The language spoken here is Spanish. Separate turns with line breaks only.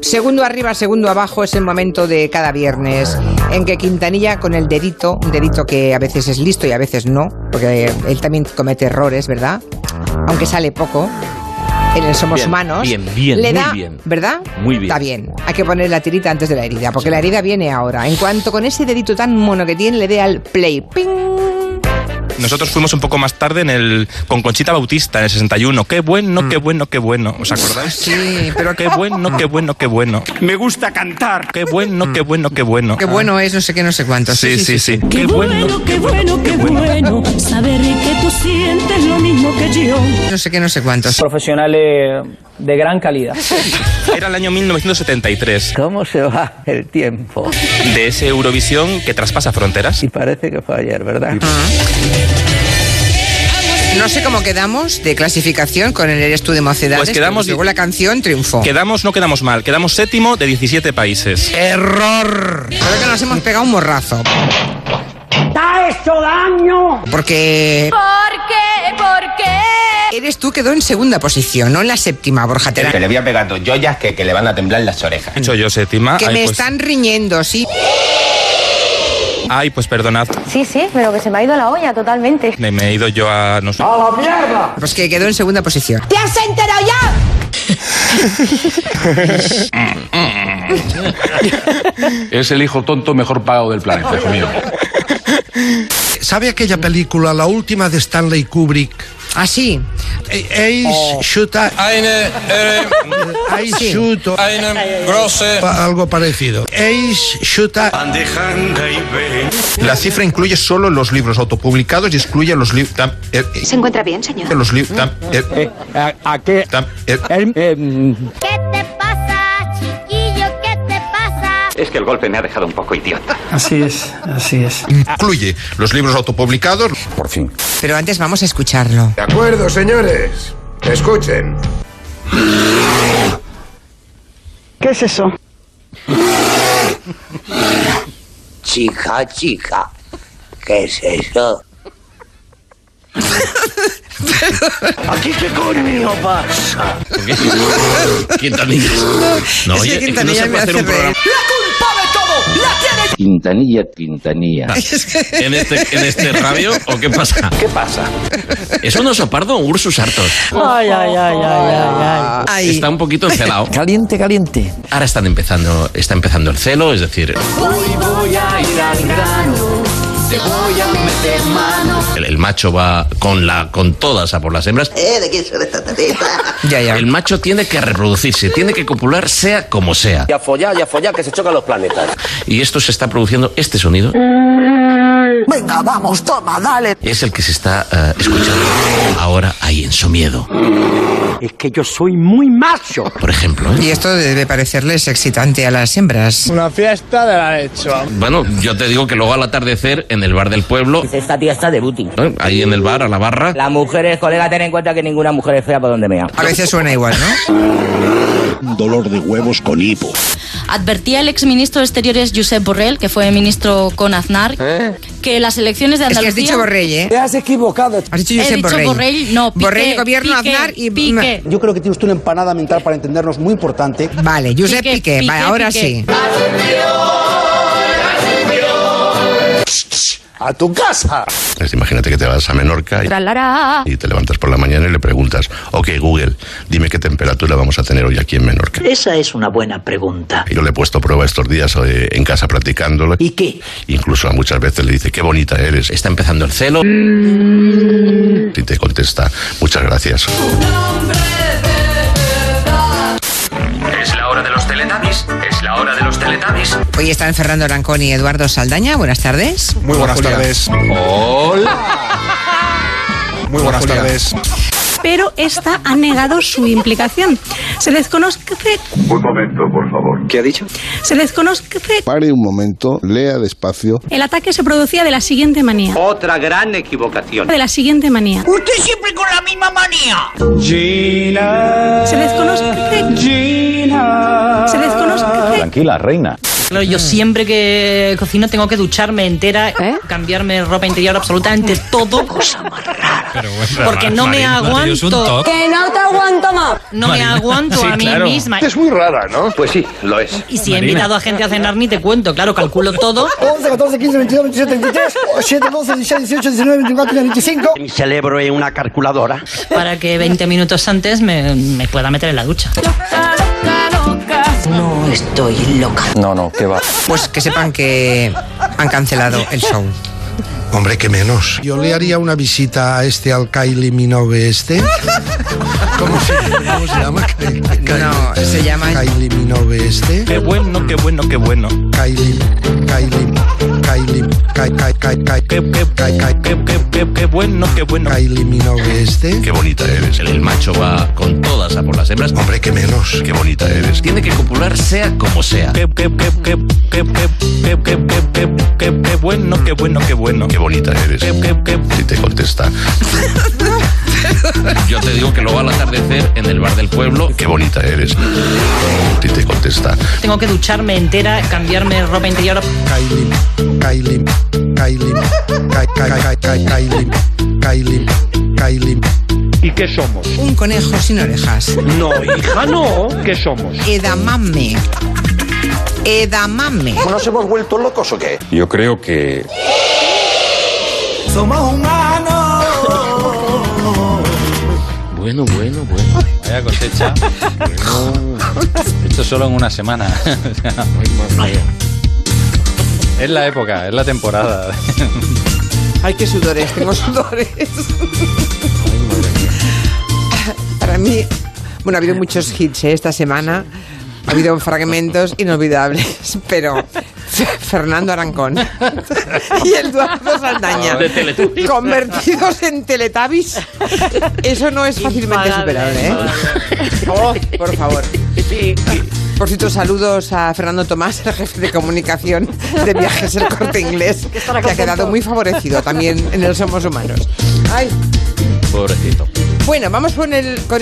Segundo arriba, segundo abajo es el momento de cada viernes en que Quintanilla con el dedito, un dedito que a veces es listo y a veces no, porque él también comete errores, ¿verdad? Aunque sale poco. En el Somos
Bien,
Humanos.
bien, bien,
le
muy
da,
bien.
¿Verdad?
Muy bien.
Está bien. Hay que poner la tirita antes de la herida, porque la herida viene ahora. En cuanto con ese dedito tan mono que tiene, le dé al play. ¡Ping!
Nosotros fuimos un poco más tarde en el, con Conchita Bautista en el 61. Qué bueno, qué bueno, qué bueno. ¿Os acordáis?
Sí,
pero qué bueno, qué bueno, qué bueno.
Me gusta cantar.
Qué bueno, qué bueno, qué bueno.
Ah.
Qué bueno es, no sé qué, no sé cuánto.
Sí, sí, sí.
Qué bueno, qué bueno, qué bueno saber que tú sientes lo mismo que yo.
No sé qué, no sé cuánto.
Profesionales de gran calidad.
Era el año 1973
¿Cómo se va el tiempo?
de ese Eurovisión que traspasa fronteras.
Y parece que fue ayer, ¿verdad?
No sé cómo quedamos de clasificación con el Eres tú de Mocedades.
Pues quedamos-
pero Luego la canción triunfó.
Quedamos, no quedamos mal, quedamos séptimo de 17 países.
¡Error! Creo que nos hemos pegado un morrazo.
¡Está hecho daño!
Porque
¿Por qué? ¿Por qué?
Eres tú quedó en segunda posición, no en la séptima, Borja Terán.
Que le voy a pegar dos joyas que, que le van a temblar las orejas.
Soy yo séptima.
Que
Ay,
me
pues-
están riñendo, sí.
Ay, pues perdonad.
Sí, sí, pero que se me ha ido la olla totalmente.
Me me he ido yo a... No sé.
Pues que quedó en segunda posición.
¿Te has enterado ya?
Es el hijo tonto mejor pagado del planeta, hijo mío.
¿Sabe aquella película, la última de Stanley Kubrick?
Así.
Eh, Ace
Oh.
Shoot Ace
Sí.
Shoot algo parecido. Ace Shoot
La cifra incluye solo los libros autopublicados y excluye los libros.
¿Se encuentra bien, señor?
eh, Los eh, libros.
Eh, ¿A qué?
eh,
¿Qué te pasa, chiquillo? ¿Qué te pasa?
Es que el golpe me ha dejado un poco idiota.
Así es, así es.
incluye los libros autopublicados.
Por fin.
Pero antes vamos a escucharlo.
De acuerdo, señores. Escuchen.
¿Qué es eso?
Chica, chica, ¿qué es eso? ¿Aquí qué coño pasa?
No,
Es que
oye, es que no
Quintanilla
se
me
puede hacer
hace
un programa.
reír.
Quintanilla, Quintanilla.
¿En este, en este radio o qué pasa? ¿Qué pasa? ¿Es un oso pardo o un Ursus hartos?
Ay, ay, ay, ay, ay.
Ay.
Está un poquito celado.
Caliente, caliente.
Ahora están empezando, está empezando el celo, es decir, el, el macho va con la con todas a por las hembras.
Eh,
Ya, ya.
El macho tiene que reproducirse, tiene que copular sea como sea.
Y a follar, y a follar, que se chocan los planetas.
Y esto se está produciendo, este sonido
Venga, vamos, toma, dale.
es el que se está eh, escuchando ahora ahí en su miedo,
Es que yo soy muy macho.
por ejemplo. ¿eh?
Y esto debe parecerles excitante a las hembras.
Una fiesta de la leche.
Bueno, yo te digo que luego al atardecer en el bar del pueblo,
Esta tía está de booty.
¿eh? ahí en el bar, a la barra,
Las mujeres, colega, ten en cuenta que ninguna mujer es fea por donde mea.
A veces suena igual, ¿no?
Dolor de huevos con hipo.
Advertía el exministro de Exteriores Josep Borrell, que fue ministro con Aznar, que las elecciones de
¿Eh? Es que has
Andalucía...
dicho Borrell, ¿eh?
Te has equivocado.
Has dicho
He
Josep
dicho
Borrell.
Borrell, no, Piqué,
Borrell, gobierno,
Piqué,
Aznar y...
Piqué.
Yo creo que tiene usted una empanada mental para entendernos muy importante.
Vale, Josep Piqué.
Piqué, Piqué,
Vale, ahora
Piqué.
sí.
¡A tu casa!
Imagínate que te vas a Menorca y,
Tralará.
y te levantas por la mañana y le preguntas, ok Google, dime qué temperatura vamos a tener hoy aquí en Menorca.
Esa es una buena pregunta.
Yo le he puesto a prueba estos días eh, en casa practicándolo.
¿Y qué?
Incluso muchas veces le dice, qué bonita eres.
está empezando el celo.
Y te contesta, muchas gracias.
Es la hora de los teletabis. Es la hora de los teletabis.
Hoy están Fernando Arancón y Eduardo Saldaña. Buenas tardes.
Muy buenas tardes. Hola. Muy buenas tardes.
Pero esta ha negado su implicación. Se desconoce...
Un momento, por favor. ¿Qué ha dicho?
Se desconoce...
Pare un momento, lea despacio.
El ataque se producía de la siguiente manía.
Otra gran equivocación.
De la siguiente manía.
Usted siempre con la misma manía.
Se desconoce... Se desconoce...
Tranquila, reina.
Yo
Mm.
siempre que
¿Eh? Mm.
cocino tengo que ducharme entera, cambiarme ropa interior absolutamente todo. Cosa más rara.
Pero bueno,
Porque no me
Marín, Matías, un
aguanto.
toc.
no te aguanto más. No me
Marín.
aguanto
Sí,
a mí
claro.
misma.
Es
muy
Rara, ¿no? Pues sí, lo es.
Y si he
Marina.
invitado a gente a cenar, ni te cuento. Claro, calculo todo.
11, 14, 15, 22, 27, 23, 7, 12, 16, 18, 19, 24, 25.
Mi cerebro es una calculadora. Para que 20 minutos antes me, me pueda meter en la ducha.
No estoy loca.
No, no, que va. Pues que sepan que han cancelado el show.
Hombre, que menos. Yo le haría una visita a este al Kylie Minogue este. ¿Cómo se, cómo se llama? no, se llama... Kylie Minogue este.
Qué bueno, qué bueno, qué bueno.
Kylie, Kylie, Kylie, Kai, Kai, Kai, Kai, qué, qué, Kai, Kai, qué, qué, qué, qué bueno, qué bueno. Kylie Minogue este.
Qué bonita eres. El, el macho va con todas a por las hembras.
Hombre, qué menos.
Qué bonita eres. Tiene que copular sea como sea.
Qué, qué, qué, qué, qué, qué, qué, qué, qué, qué, qué, qué bueno, qué bueno, qué bueno.
Qué bonita eres. Y te contesta.
Yo te digo que luego al atardecer en el bar del pueblo.
Qué bonita eres. Y te contesta.
Tengo que ducharme entera, cambiarme ropa interior.
Kylie, Kylie, Kylie, Kai, Kai, Kai, Kai, Kylie, Kylie, Kylie.
¿Y qué somos? Un conejo sin orejas.
No, hija, no. ¿Qué somos?
Edamame. Edamame. ¿Nos hemos vuelto locos o qué?
Yo creo que
Somos humanos.
Bueno, bueno, bueno. Vaya cosecha. Esto solo en una semana. O sea, es la época, es la temporada.
Ay, qué sudores, tengo sudores. Para mí, bueno, ha habido muchos hits ¿eh? esta semana. Ha habido fragmentos inolvidables, pero F- Fernando Arancón y Eduardo Saldaña,
Ah, De Teletubbies.
convertidos en Teletubbies, eso no es fácilmente superable. ¿eh? Oh, por favor. Por cierto, saludos a Fernando Tomás, el jefe de comunicación de Viajes El Corte Inglés, que
estará
ha
contento.
quedado muy favorecido también en el Somos Humanos. Ay,
Pobrecito.
bueno, vamos con el, con el